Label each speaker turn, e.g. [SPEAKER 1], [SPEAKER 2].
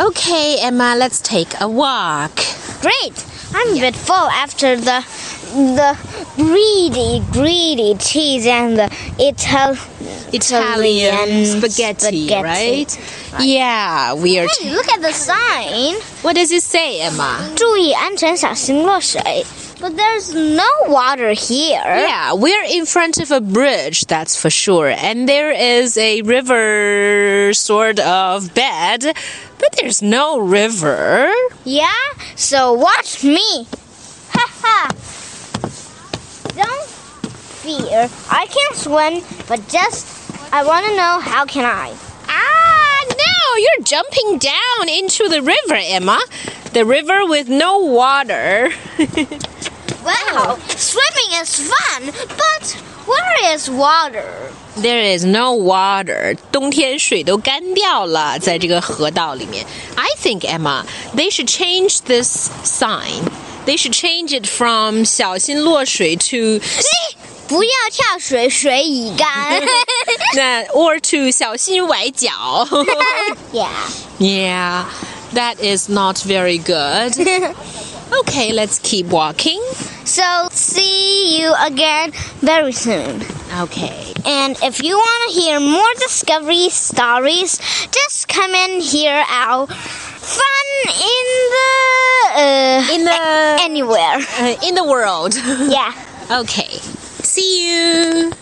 [SPEAKER 1] Okay, Emma, let's take a walk.
[SPEAKER 2] Great. I'm a bit full after the the greedy, greedy cheese and the Ital-
[SPEAKER 1] Italian, spaghetti,
[SPEAKER 2] spaghetti.
[SPEAKER 1] right? Yeah, we are.
[SPEAKER 2] Hey, look at the sign.
[SPEAKER 1] what does it say, Emma?
[SPEAKER 2] 注意安全，小心落水。But there's no water here.
[SPEAKER 1] Yeah, we're in front of a bridge, that's for sure. And there is a river sort of bed, but there's no river.
[SPEAKER 2] Yeah. So watch me. Ha ha. Don't fear. I can swim, but just I want to know how can I.
[SPEAKER 1] Ah, no, you're jumping down into the river, Emma. The river with no water.
[SPEAKER 2] Wow, swimming is fun, but where is water?
[SPEAKER 1] There is no water. 冬天水都干掉了，在这个河道里面。I think Emma, they should change this sign. They should change it from 小心落水 to
[SPEAKER 2] 不要跳水，水已干。
[SPEAKER 1] 那 or to 小心崴脚。
[SPEAKER 2] yeah.
[SPEAKER 1] yeah, that is not very good. Okay, let's keep walking.
[SPEAKER 2] so see you again very soon.
[SPEAKER 1] Okay.
[SPEAKER 2] And if you want to hear more discovery stories, just come and hear our fun in the uh,
[SPEAKER 1] In the
[SPEAKER 2] anywhere.
[SPEAKER 1] uh, in the world.
[SPEAKER 2] Yeah.
[SPEAKER 1] okay. See you.